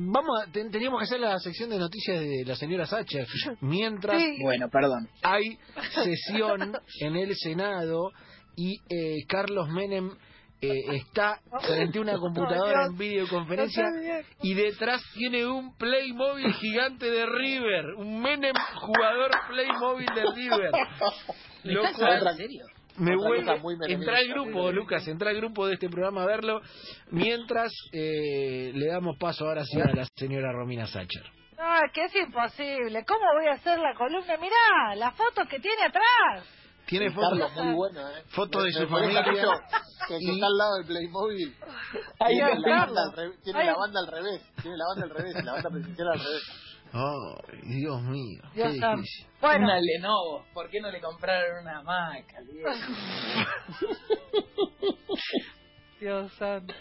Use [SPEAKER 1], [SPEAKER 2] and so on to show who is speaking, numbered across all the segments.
[SPEAKER 1] Vamos, a- ten- teníamos que hacer la sección de noticias de la señora Thatcher. Mientras
[SPEAKER 2] Sí.
[SPEAKER 3] Bueno, perdón.
[SPEAKER 1] hay sesión en el Senado y eh, Carlos Menem eh, está frente a una computadora
[SPEAKER 2] Dios.
[SPEAKER 1] en videoconferencia
[SPEAKER 2] Está bien.
[SPEAKER 1] y detrás tiene un Playmobil gigante de River, un Menem jugador Playmobil de River. Lo
[SPEAKER 3] ¿Estás
[SPEAKER 1] cual-
[SPEAKER 3] hablando en serio?
[SPEAKER 1] me
[SPEAKER 4] Otra
[SPEAKER 1] vuelve.
[SPEAKER 4] cosa muy
[SPEAKER 1] Entra
[SPEAKER 4] menemista.
[SPEAKER 1] al grupo, Lucas, entra al grupo de este programa a verlo. Mientras eh, le damos paso ahora sí a la señora Romina Sacher.
[SPEAKER 2] No, es que es imposible. ¿Cómo voy a hacer la columna? Mirá, las fotos que tiene atrás.
[SPEAKER 1] Tiene
[SPEAKER 4] Sí, Carlos,
[SPEAKER 1] fotos.
[SPEAKER 3] ah.
[SPEAKER 4] muy bueno, ¿eh?
[SPEAKER 1] Fotos de
[SPEAKER 4] Me-
[SPEAKER 1] su
[SPEAKER 4] me molesta
[SPEAKER 1] familia.
[SPEAKER 4] mucho Que, que está al lado del Playmobil.
[SPEAKER 3] Ahí
[SPEAKER 4] tiene,
[SPEAKER 3] está.
[SPEAKER 4] la banda al revés, tiene
[SPEAKER 2] Ahí
[SPEAKER 4] la
[SPEAKER 2] está.
[SPEAKER 4] banda al revés. Tiene la banda al revés. La banda presidencial al revés.
[SPEAKER 1] Oh, Dios mío, qué
[SPEAKER 2] Dios santo.
[SPEAKER 1] difícil.
[SPEAKER 2] Bueno,
[SPEAKER 3] Una Lenovo. ¿Por qué no le compraron una Mac? al viejo?
[SPEAKER 2] Dios santo.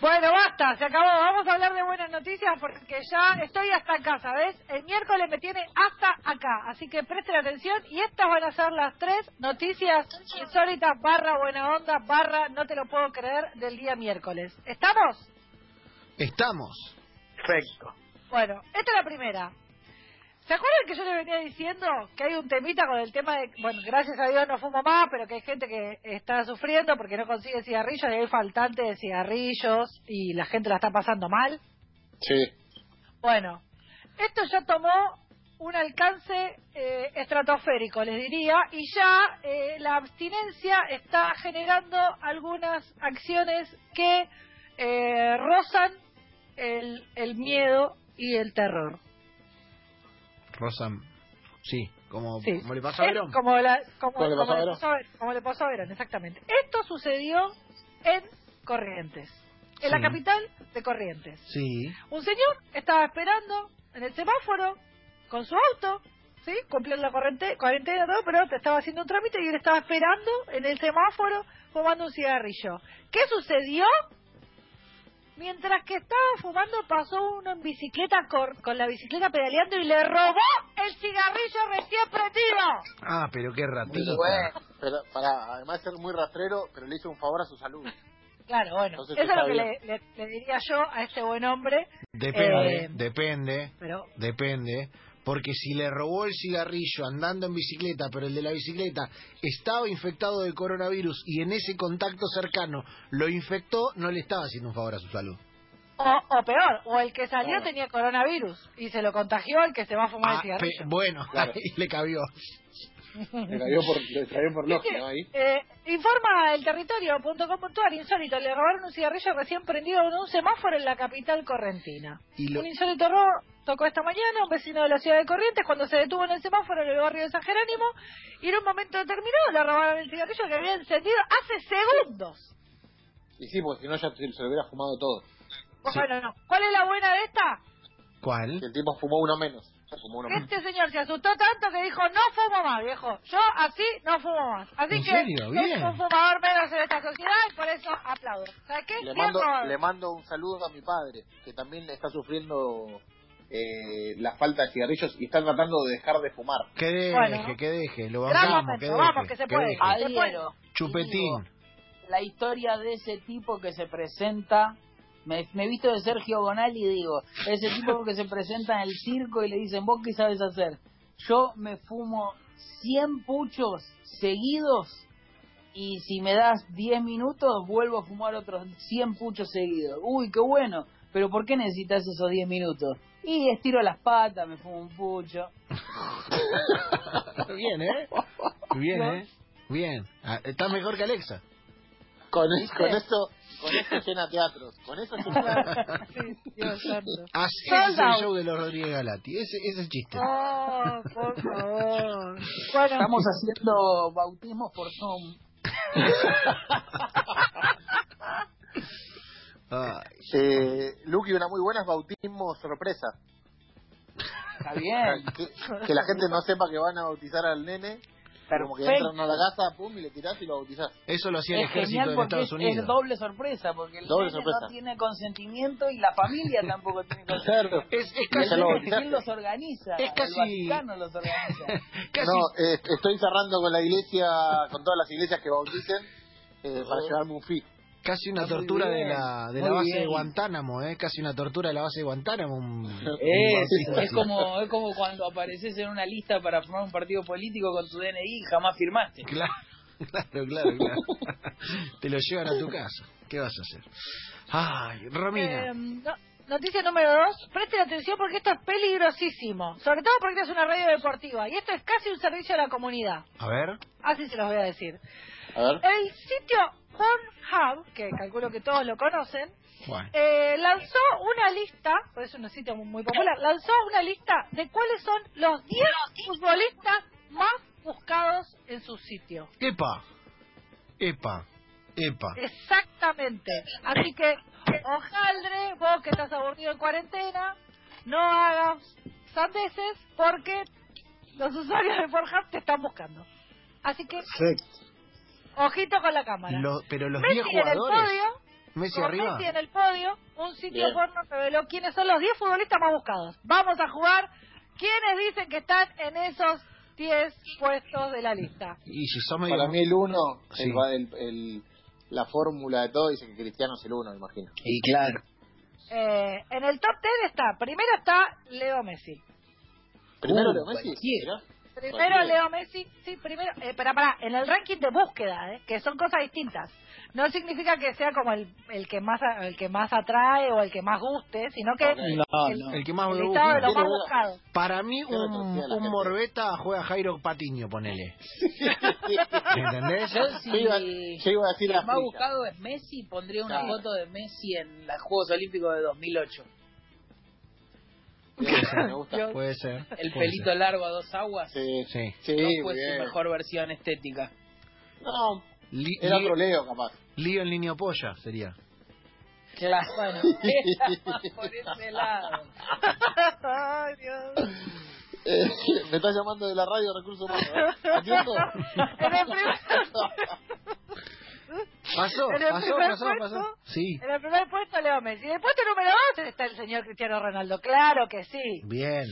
[SPEAKER 2] Bueno, basta, se acabó. Vamos a hablar de buenas noticias porque ya estoy hasta acá, ¿sabes? El miércoles me tiene hasta acá, así que presten atención y estas van a ser las tres noticias insólitas barra buena onda barra no te lo puedo creer del día miércoles. ¿Estamos?
[SPEAKER 1] Estamos.
[SPEAKER 3] Perfecto.
[SPEAKER 2] Bueno, esta es la primera. ¿Se acuerdan que yo les venía diciendo que hay un temita con el tema de, bueno, gracias a Dios no fumo más, pero que hay gente que está sufriendo porque no consigue cigarrillos y hay faltante de cigarrillos y la gente la está pasando mal?
[SPEAKER 4] Sí.
[SPEAKER 2] Bueno, esto ya tomó un alcance eh, estratosférico, les diría, y ya eh, la abstinencia está generando algunas acciones que eh, rozan el, el miedo y el terror.
[SPEAKER 1] Rosam. Sí, como,
[SPEAKER 2] Sí.
[SPEAKER 1] como le pasa a
[SPEAKER 2] Es
[SPEAKER 1] Verón.
[SPEAKER 2] Como, la- como-
[SPEAKER 4] Como le
[SPEAKER 2] como
[SPEAKER 4] pasó a
[SPEAKER 2] le
[SPEAKER 4] Verón.
[SPEAKER 2] pasó a Ver- como le pasó a Verón, exactamente. Esto sucedió en Corrientes, en
[SPEAKER 1] Sí.
[SPEAKER 2] la capital de Corrientes.
[SPEAKER 1] Sí.
[SPEAKER 2] Un señor estaba esperando en el semáforo con su auto, ¿sí? Cumpliendo la cuarente- cuarentena, todo, pero te estaba haciendo un trámite y él estaba esperando en el semáforo fumando un cigarrillo. ¿Qué sucedió? Mientras que estaba fumando pasó uno en bicicleta cor- con la bicicleta pedaleando y le robó el cigarrillo recién prendido.
[SPEAKER 1] Ah, pero qué
[SPEAKER 4] Muy
[SPEAKER 1] ratito.
[SPEAKER 4] bueno. Pero, para, además de ser muy rastrero, pero le hizo un favor a su salud.
[SPEAKER 2] Claro, bueno,
[SPEAKER 4] Entonces
[SPEAKER 2] eso es
[SPEAKER 4] está
[SPEAKER 2] lo que le,
[SPEAKER 4] bien.
[SPEAKER 2] le- le diría yo a este buen hombre,
[SPEAKER 1] Depende,
[SPEAKER 2] Eh,
[SPEAKER 1] depende,
[SPEAKER 2] pero
[SPEAKER 1] depende. Porque si le robó el cigarrillo andando en bicicleta, pero el de la bicicleta estaba infectado de coronavirus y en ese contacto cercano lo infectó, no le estaba haciendo un favor a su salud.
[SPEAKER 2] o, o peor, o el que salió
[SPEAKER 4] Claro.
[SPEAKER 2] tenía coronavirus y se lo contagió el que se va a fumar el
[SPEAKER 1] Ah,
[SPEAKER 2] cigarrillo.
[SPEAKER 1] pe- bueno,
[SPEAKER 4] Claro.
[SPEAKER 1] ahí le cabió.
[SPEAKER 4] Le cayó por, le cayó por lógica ahí.
[SPEAKER 2] Eh, informa el territorio.com.ar insólito, le robaron un cigarrillo recién prendido en un semáforo en la capital correntina.
[SPEAKER 1] Y lo-
[SPEAKER 2] Un insólito robo tocó esta mañana un vecino de la ciudad de Corrientes cuando se detuvo en el semáforo en el barrio de San Jerónimo y en un momento determinado le robaron el cigarrillo que había encendido hace segundos.
[SPEAKER 4] Y sí, porque si no ya se se lo hubiera fumado todo.
[SPEAKER 1] Sí.
[SPEAKER 2] Bueno, no. ¿Cuál es la buena de esta?
[SPEAKER 1] ¿Cuál?
[SPEAKER 4] Y el tipo fumó uno menos. Fumó uno
[SPEAKER 2] Que
[SPEAKER 4] menos.
[SPEAKER 2] Este señor se asustó tanto que dijo, no fumo más, viejo. Yo así no fumo más. Así
[SPEAKER 1] ¿En
[SPEAKER 2] que
[SPEAKER 1] serio? Bien.
[SPEAKER 2] es un fumador menos en esta sociedad y por eso aplaudo. ¿Sabes qué?
[SPEAKER 4] Le
[SPEAKER 2] Bien
[SPEAKER 4] mando,
[SPEAKER 2] robado.
[SPEAKER 4] le mando un saludo a mi padre, que también está sufriendo eh, la falta de cigarrillos y está tratando de dejar de fumar.
[SPEAKER 1] Que deje,
[SPEAKER 2] Bueno.
[SPEAKER 1] que deje, lo
[SPEAKER 2] Gran
[SPEAKER 1] bancamos,
[SPEAKER 2] momento,
[SPEAKER 1] que deje.
[SPEAKER 2] vamos, que se puede.
[SPEAKER 1] deje.
[SPEAKER 2] Ah,
[SPEAKER 3] Adhiero.
[SPEAKER 1] Chupetín.
[SPEAKER 3] la historia de ese tipo que se presenta. Me, me he visto de Sergio Bonal y digo, ese tipo que se presenta en el circo y le dicen, ¿vos qué sabes hacer? Yo me fumo 100 puchos seguidos y si me das 10 minutos vuelvo a fumar otros 100 puchos seguidos. Uy, qué bueno, pero ¿por qué necesitas esos 10 minutos? Y estiro las patas, me fumo un pucho.
[SPEAKER 1] Bien, ¿eh? Bien, ¿eh? Bien. Ah, Está mejor que Alexa.
[SPEAKER 4] Con,
[SPEAKER 3] ¿Viste?
[SPEAKER 4] con esto, con esto llena teatros. Con eso llena
[SPEAKER 2] Sí, Dios santo.
[SPEAKER 1] Así
[SPEAKER 2] Sold
[SPEAKER 1] es el
[SPEAKER 2] out.
[SPEAKER 1] show de los Rodríguez Galati. Ese, ese es el chiste.
[SPEAKER 3] Ah.
[SPEAKER 2] Oh, por favor. Bueno,
[SPEAKER 3] Estamos haciendo bautismos por Zoom.
[SPEAKER 1] Ah,
[SPEAKER 4] Eh, Luqui, una muy buena es bautismo sorpresa.
[SPEAKER 3] Está
[SPEAKER 4] O sea,
[SPEAKER 3] bien.
[SPEAKER 4] Que, que la gente no sepa que van a bautizar al nene. Como que entran a la casa, pum, y le tirás y lo bautizás.
[SPEAKER 1] eso lo hacía el
[SPEAKER 3] Es
[SPEAKER 1] ejército
[SPEAKER 3] genial
[SPEAKER 1] de
[SPEAKER 3] porque es,
[SPEAKER 1] Estados Unidos.
[SPEAKER 3] es doble sorpresa, porque el
[SPEAKER 4] Doble
[SPEAKER 3] nene
[SPEAKER 4] sorpresa.
[SPEAKER 3] no tiene consentimiento y la familia tampoco tiene consentimiento.
[SPEAKER 4] Claro.
[SPEAKER 1] Es- es
[SPEAKER 4] Ya
[SPEAKER 1] casi,
[SPEAKER 4] lo
[SPEAKER 3] Entonces,
[SPEAKER 4] bautizaste.
[SPEAKER 3] ¿Quién los organiza?
[SPEAKER 1] Es casi-
[SPEAKER 3] El Vaticano los organiza.
[SPEAKER 1] casi
[SPEAKER 4] No, eh, estoy cerrando con la iglesia, con todas las iglesias que bauticen, eh, para llevarme un fee.
[SPEAKER 1] Casi una
[SPEAKER 3] Está muy
[SPEAKER 1] tortura de
[SPEAKER 3] bien,
[SPEAKER 1] la, de
[SPEAKER 3] muy
[SPEAKER 1] la base de
[SPEAKER 3] bien.
[SPEAKER 1] Guantánamo, ¿eh? Casi una tortura de la base de Guantánamo. un- un
[SPEAKER 3] Es,
[SPEAKER 1] fascista.
[SPEAKER 3] es como es como cuando apareces en una lista para formar un partido político con tu DNI y jamás firmaste.
[SPEAKER 1] Claro, claro, claro, claro. Te lo llevan a tu casa. ¿Qué vas a hacer? Ay, Romina.
[SPEAKER 2] Eh, no- noticia número dos, presten atención porque esto es peligrosísimo, sobre todo porque es una radio deportiva y esto es casi un servicio a la comunidad,
[SPEAKER 1] A ver.
[SPEAKER 2] así se los voy a decir.
[SPEAKER 4] A ver.
[SPEAKER 2] El sitio Pornhub, que calculo que todos lo conocen,
[SPEAKER 1] Bueno.
[SPEAKER 2] eh, lanzó una lista, pues es un sitio muy popular, lanzó una lista de cuáles son los 10 futbolistas más buscados en su sitio.
[SPEAKER 1] Epa. Epa. Epa.
[SPEAKER 2] Exactamente. Así que, ojaldre, vos que estás aburrido en cuarentena, no hagas sandeces porque los usuarios de Pornhub te están buscando. Así que, ojito con la cámara.
[SPEAKER 1] Lo- pero los 10
[SPEAKER 2] Messi en el
[SPEAKER 1] jugadores.
[SPEAKER 2] podio,
[SPEAKER 1] Messi
[SPEAKER 2] con
[SPEAKER 1] arriba.
[SPEAKER 2] Messi en el podio, un sitio
[SPEAKER 4] Bien.
[SPEAKER 2] porno reveló quiénes son los 10 futbolistas más buscados. Vamos a jugar quiénes dicen que están en esos 10 puestos de la lista.
[SPEAKER 1] Y si son medio.
[SPEAKER 4] Para mí el uno,
[SPEAKER 1] Sí.
[SPEAKER 4] el va- el- el- la fórmula de todo dice que Cristiano es el uno, me imagino.
[SPEAKER 1] Y claro.
[SPEAKER 2] Eh, en el top 10 está, primero está Leo Messi.
[SPEAKER 4] Primero
[SPEAKER 1] Uh,
[SPEAKER 4] Leo Messi.
[SPEAKER 3] cualquiera.
[SPEAKER 4] mirá.
[SPEAKER 2] Primero
[SPEAKER 4] Cualquiera.
[SPEAKER 2] Leo Messi, sí, primero, eh, para, para, en el ranking de búsqueda, eh, que son cosas distintas. No significa que sea como el, el que más a- el que más atrae o el que más guste, sino que
[SPEAKER 4] Ok.
[SPEAKER 3] No,
[SPEAKER 2] El-
[SPEAKER 3] no.
[SPEAKER 1] El que más
[SPEAKER 2] el
[SPEAKER 1] me
[SPEAKER 2] listado de
[SPEAKER 1] gusta.
[SPEAKER 2] los más
[SPEAKER 4] Pero-
[SPEAKER 2] buscados.
[SPEAKER 1] Para mí,
[SPEAKER 4] Yo me
[SPEAKER 1] un,
[SPEAKER 4] confío en la
[SPEAKER 1] un
[SPEAKER 4] gente.
[SPEAKER 1] Morbeta juega Jairo Patiño, ponele. ¿Me entendés?
[SPEAKER 3] Yo si
[SPEAKER 4] Yo iba, yo iba a
[SPEAKER 3] si
[SPEAKER 4] decir la
[SPEAKER 3] el más
[SPEAKER 4] Fuya.
[SPEAKER 3] buscado es Messi, pondría una
[SPEAKER 4] Claro.
[SPEAKER 3] foto de Messi en los Juegos Olímpicos de 2008.
[SPEAKER 4] Bien, Me gusta.
[SPEAKER 1] Puede ser.
[SPEAKER 3] El
[SPEAKER 1] puede
[SPEAKER 3] pelito largo a dos aguas.
[SPEAKER 4] Sí, sí.
[SPEAKER 1] ser. Sí.
[SPEAKER 4] sí
[SPEAKER 3] no fue su
[SPEAKER 4] bien.
[SPEAKER 3] mejor versión estética.
[SPEAKER 4] No,
[SPEAKER 1] Li-
[SPEAKER 4] era
[SPEAKER 1] li-
[SPEAKER 4] otro Leo capaz.
[SPEAKER 1] Lío en línea polla sería.
[SPEAKER 3] Claro. Bueno, este por ese lado.
[SPEAKER 2] Ay, Dios.
[SPEAKER 4] Eh, me está llamando de la radio Recursos Humanos. ¿eh? ¿Entiendo?
[SPEAKER 2] En el primer-
[SPEAKER 1] Pasó,
[SPEAKER 2] En el
[SPEAKER 1] pasó,
[SPEAKER 2] primer
[SPEAKER 1] pasó,
[SPEAKER 2] puesto.
[SPEAKER 1] pasó. Sí.
[SPEAKER 2] En el primer puesto Leo Messi. En el puesto número 2 está el señor Cristiano Ronaldo. Claro que sí.
[SPEAKER 1] Bien.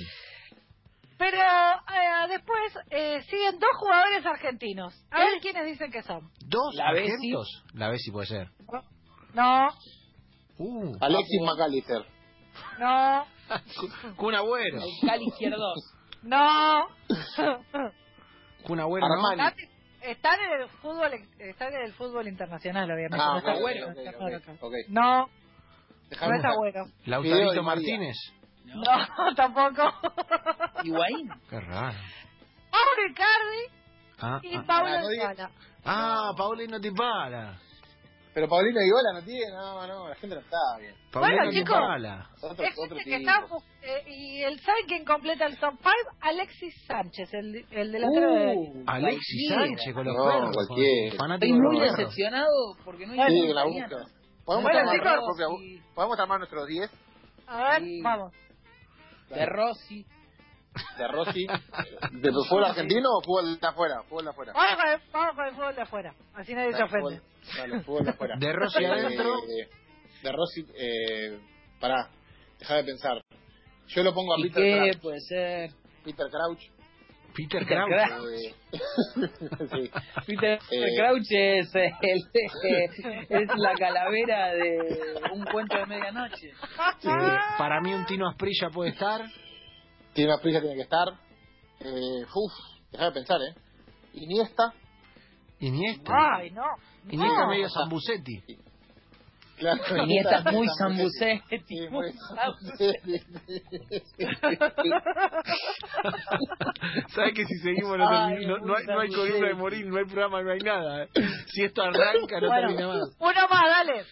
[SPEAKER 2] Pero eh, después eh, siguen dos jugadores argentinos. A ver quiénes dicen que son.
[SPEAKER 1] Dos
[SPEAKER 3] La Bessi.
[SPEAKER 1] argentos. La Bessi puede ser.
[SPEAKER 2] No,
[SPEAKER 1] Uh.
[SPEAKER 4] Alexis McAllister.
[SPEAKER 2] no,
[SPEAKER 1] Kun Agüero.
[SPEAKER 3] El Cali izquierdos.
[SPEAKER 2] no.
[SPEAKER 1] Kun Agüero,
[SPEAKER 4] Armani.
[SPEAKER 1] ¿no?
[SPEAKER 2] Están- están en el fútbol están en el fútbol internacional obviamente
[SPEAKER 4] Ah,
[SPEAKER 2] no
[SPEAKER 4] ok,
[SPEAKER 2] está
[SPEAKER 4] ok,
[SPEAKER 2] bueno,
[SPEAKER 4] ok,
[SPEAKER 2] está
[SPEAKER 4] ok.
[SPEAKER 2] bueno. no no
[SPEAKER 4] Déjame
[SPEAKER 2] está bueno
[SPEAKER 1] Lautarito
[SPEAKER 4] Fideo Di María.
[SPEAKER 1] Martínez.
[SPEAKER 3] No.
[SPEAKER 2] no tampoco
[SPEAKER 3] Higuaín.
[SPEAKER 1] Qué raro.
[SPEAKER 2] Mauro Icardi
[SPEAKER 1] Ah,
[SPEAKER 2] y
[SPEAKER 1] ah.
[SPEAKER 2] Paulo
[SPEAKER 4] Ah, no digas-
[SPEAKER 2] Dybala
[SPEAKER 1] ah Paulino Tipala.
[SPEAKER 4] Pero Paulino Iguala no tiene, no, no, la gente no está bien.
[SPEAKER 1] Paulino
[SPEAKER 2] Bueno, chicos.
[SPEAKER 1] Dybala.
[SPEAKER 4] Otro,
[SPEAKER 2] Es
[SPEAKER 4] otro
[SPEAKER 2] gente que
[SPEAKER 4] tipo.
[SPEAKER 2] está bu- eh, y el saben quién completa el top 5 Alexis Sánchez el, el delantero de
[SPEAKER 3] Uh,
[SPEAKER 1] Alexis
[SPEAKER 3] cualquiera.
[SPEAKER 1] Sánchez con los
[SPEAKER 4] No,
[SPEAKER 1] perros.
[SPEAKER 4] cualquiera.
[SPEAKER 1] Fanático
[SPEAKER 3] Estoy
[SPEAKER 1] de los
[SPEAKER 3] muy
[SPEAKER 1] perros.
[SPEAKER 3] decepcionado porque no hice
[SPEAKER 4] Ah, Sí,
[SPEAKER 3] nada
[SPEAKER 4] la
[SPEAKER 3] italiano.
[SPEAKER 4] busca. ¿Podemos,
[SPEAKER 2] Bueno,
[SPEAKER 4] armar
[SPEAKER 2] chicos,
[SPEAKER 4] nuestra propia bu-
[SPEAKER 3] sí.
[SPEAKER 4] ¿Podemos armar nuestros 10
[SPEAKER 2] a ver
[SPEAKER 3] Sí.
[SPEAKER 2] vamos
[SPEAKER 3] De Rossi.
[SPEAKER 4] de Rossi? ¿De fútbol argentino o fútbol de afuera? Fútbol de afuera.
[SPEAKER 2] vamos con el, vamos con el fútbol de afuera así nadie Ah, se
[SPEAKER 4] Dale,
[SPEAKER 2] ofende
[SPEAKER 4] fútbol- dale, fútbol de afuera.
[SPEAKER 1] De Rossi
[SPEAKER 4] Eh,
[SPEAKER 1] adentro.
[SPEAKER 4] De Rossi, eh, pará, deja de pensar. Yo lo pongo a
[SPEAKER 3] ¿Y
[SPEAKER 4] Peter
[SPEAKER 3] qué
[SPEAKER 4] Crouch.
[SPEAKER 3] puede ser?
[SPEAKER 4] Peter Crouch.
[SPEAKER 1] Peter
[SPEAKER 3] Peter
[SPEAKER 1] Crouch.
[SPEAKER 3] Crouch.
[SPEAKER 4] eh, sí.
[SPEAKER 3] Peter
[SPEAKER 4] Eh.
[SPEAKER 3] Crouch es, el- es la calavera de un cuento de medianoche.
[SPEAKER 2] Ah,
[SPEAKER 1] Eh, para mí un Tino Asprilla puede estar.
[SPEAKER 4] Tiene una prisa, tiene que estar. Eh, uf, deja de pensar, ¿eh? Iniesta.
[SPEAKER 1] Iniesta.
[SPEAKER 2] ay no
[SPEAKER 1] Iniesta
[SPEAKER 2] no.
[SPEAKER 1] medio Zambucetti.
[SPEAKER 4] Claro,
[SPEAKER 3] Y esta es muy
[SPEAKER 4] Zambucetti.
[SPEAKER 3] Zambucetti.
[SPEAKER 4] Sí, muy
[SPEAKER 3] muy
[SPEAKER 4] Zambucetti.
[SPEAKER 1] ¿Sabes que si seguimos
[SPEAKER 3] Ay,
[SPEAKER 1] no, no hay, no hay
[SPEAKER 3] Zambucetti.
[SPEAKER 1] columna de morir, no hay programa, no hay nada? eh. Si esto arranca, no termina
[SPEAKER 2] bueno
[SPEAKER 1] más.
[SPEAKER 2] uno más dale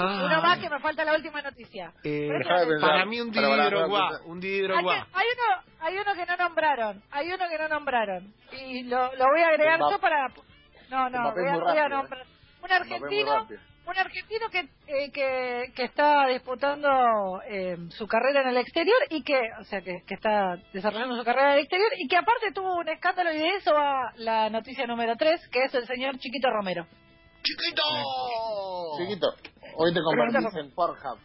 [SPEAKER 1] Ah.
[SPEAKER 2] uno más que me falta la última noticia
[SPEAKER 1] Eh,
[SPEAKER 4] Dejá de pensar.
[SPEAKER 1] para mí un
[SPEAKER 4] Para, para,
[SPEAKER 1] Didi
[SPEAKER 4] para,
[SPEAKER 1] Drogba.
[SPEAKER 4] para.
[SPEAKER 1] Un Didi
[SPEAKER 2] Hay, que-
[SPEAKER 1] Drogba.
[SPEAKER 2] hay uno, hay uno que no nombraron, hay uno que no nombraron. Y lo, lo voy a agregar
[SPEAKER 4] Mbappé-
[SPEAKER 2] yo para... No, no,
[SPEAKER 4] Mbappé
[SPEAKER 2] voy a,
[SPEAKER 4] muy
[SPEAKER 2] voy a
[SPEAKER 4] rápido, ¿eh?
[SPEAKER 2] nombrar. Un
[SPEAKER 4] Mbappé muy
[SPEAKER 2] argentino,
[SPEAKER 4] rápido.
[SPEAKER 2] un argentino que, eh, que, que está disputando eh, su carrera en el exterior y que, o sea, que, que está desarrollando su carrera en el exterior y que aparte tuvo un escándalo y de eso va la noticia número 3, que es el señor Chiquito Romero.
[SPEAKER 1] ¡Chiquito!
[SPEAKER 4] Chiquito, hoy te convertís en Pornhub.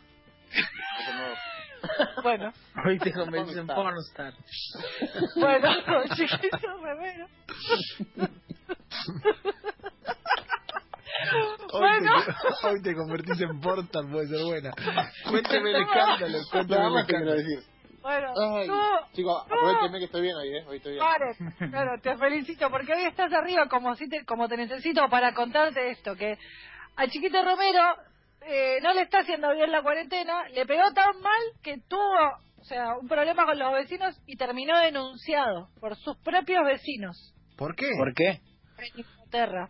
[SPEAKER 2] Bueno,
[SPEAKER 3] Hoy te convencí en
[SPEAKER 4] Pornstar.
[SPEAKER 3] Pornstar.
[SPEAKER 2] bueno, Chiquito Romero.
[SPEAKER 1] Hoy
[SPEAKER 2] Bueno.
[SPEAKER 1] Hoy te convertís en portal, puede ser buena. Cuénteme el escándalo, cuénteme
[SPEAKER 4] Nada
[SPEAKER 1] el
[SPEAKER 4] más que me lo
[SPEAKER 1] escándalo.
[SPEAKER 4] decís.
[SPEAKER 2] Bueno,
[SPEAKER 4] Ay,
[SPEAKER 2] no, Ah.
[SPEAKER 4] chicos,
[SPEAKER 2] no.
[SPEAKER 4] aprovechenme que estoy bien hoy, ¿eh? Hoy estoy bien.
[SPEAKER 2] Vale, claro, te felicito porque hoy estás arriba como si te, como te necesito para contarte esto, que a Chiquito Romero eh, no le está haciendo bien la cuarentena, le pegó tan mal que tuvo, o sea, un problema con los vecinos y terminó denunciado por sus propios vecinos
[SPEAKER 1] ¿Por qué?
[SPEAKER 3] ¿Por qué?
[SPEAKER 2] en Inglaterra.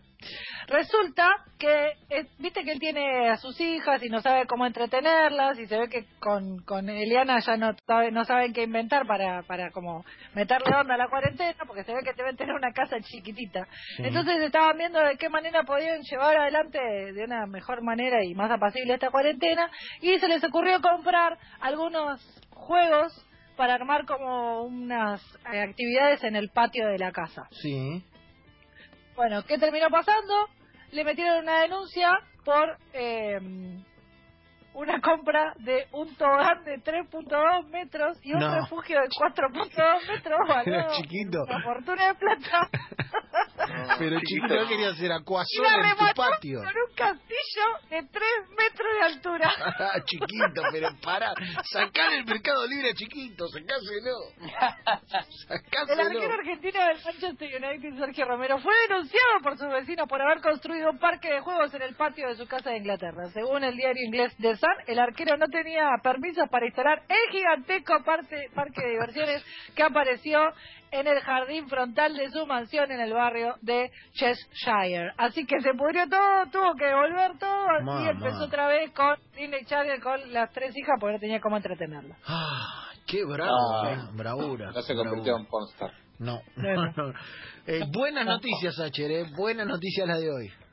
[SPEAKER 2] Resulta que, eh, viste que él tiene a sus hijas y no sabe cómo entretenerlas y se ve que con, con Eliana ya no, sabe- no saben qué inventar para, para como meterle onda a la cuarentena porque se ve que deben tener una casa chiquitita. Entonces estaban viendo de qué manera podían llevar adelante de una mejor manera y más apacible esta cuarentena y se les ocurrió comprar algunos juegos para armar como unas eh, actividades en el patio de la casa.
[SPEAKER 1] Sí.
[SPEAKER 2] Bueno, ¿qué terminó pasando? Le metieron una denuncia por eh, una compra de un tobogán de 3.2 metros y un
[SPEAKER 1] No.
[SPEAKER 2] refugio de 4.2 metros.
[SPEAKER 1] Era
[SPEAKER 2] valorado
[SPEAKER 1] chiquito.
[SPEAKER 2] Una fortuna de plata.
[SPEAKER 1] Pero chiquito, yo quería hacer
[SPEAKER 2] Y
[SPEAKER 1] acuazón
[SPEAKER 2] la
[SPEAKER 1] en tu
[SPEAKER 2] remató
[SPEAKER 1] patio.
[SPEAKER 2] con un castillo de 3 metros de altura.
[SPEAKER 1] chiquito, pero para sacar el mercado libre a chiquito, sacáselo.
[SPEAKER 2] El
[SPEAKER 1] Sacáselo.
[SPEAKER 2] arquero argentino del Manchester United, Sergio Romero, fue denunciado por sus vecinos por haber construido un parque de juegos en el patio de su casa de Inglaterra. Según el diario inglés The Sun, el arquero no tenía permisos para instalar el gigantesco parte- parque de diversiones que apareció en el jardín frontal de su mansión en el barrio de Cheshire. Así que se pudrió todo, tuvo que devolver todo y
[SPEAKER 1] Mamá.
[SPEAKER 2] empezó otra vez con Disney Channel con las tres hijas porque no tenía cómo entretenerlas.
[SPEAKER 1] Ah, qué bravo,
[SPEAKER 4] Ah.
[SPEAKER 1] bravura.
[SPEAKER 4] No se convirtió en
[SPEAKER 1] bravura.
[SPEAKER 4] pornstar.
[SPEAKER 1] No, no, no. Eh, buenas noticias, Acher, eh. buenas noticias las de hoy.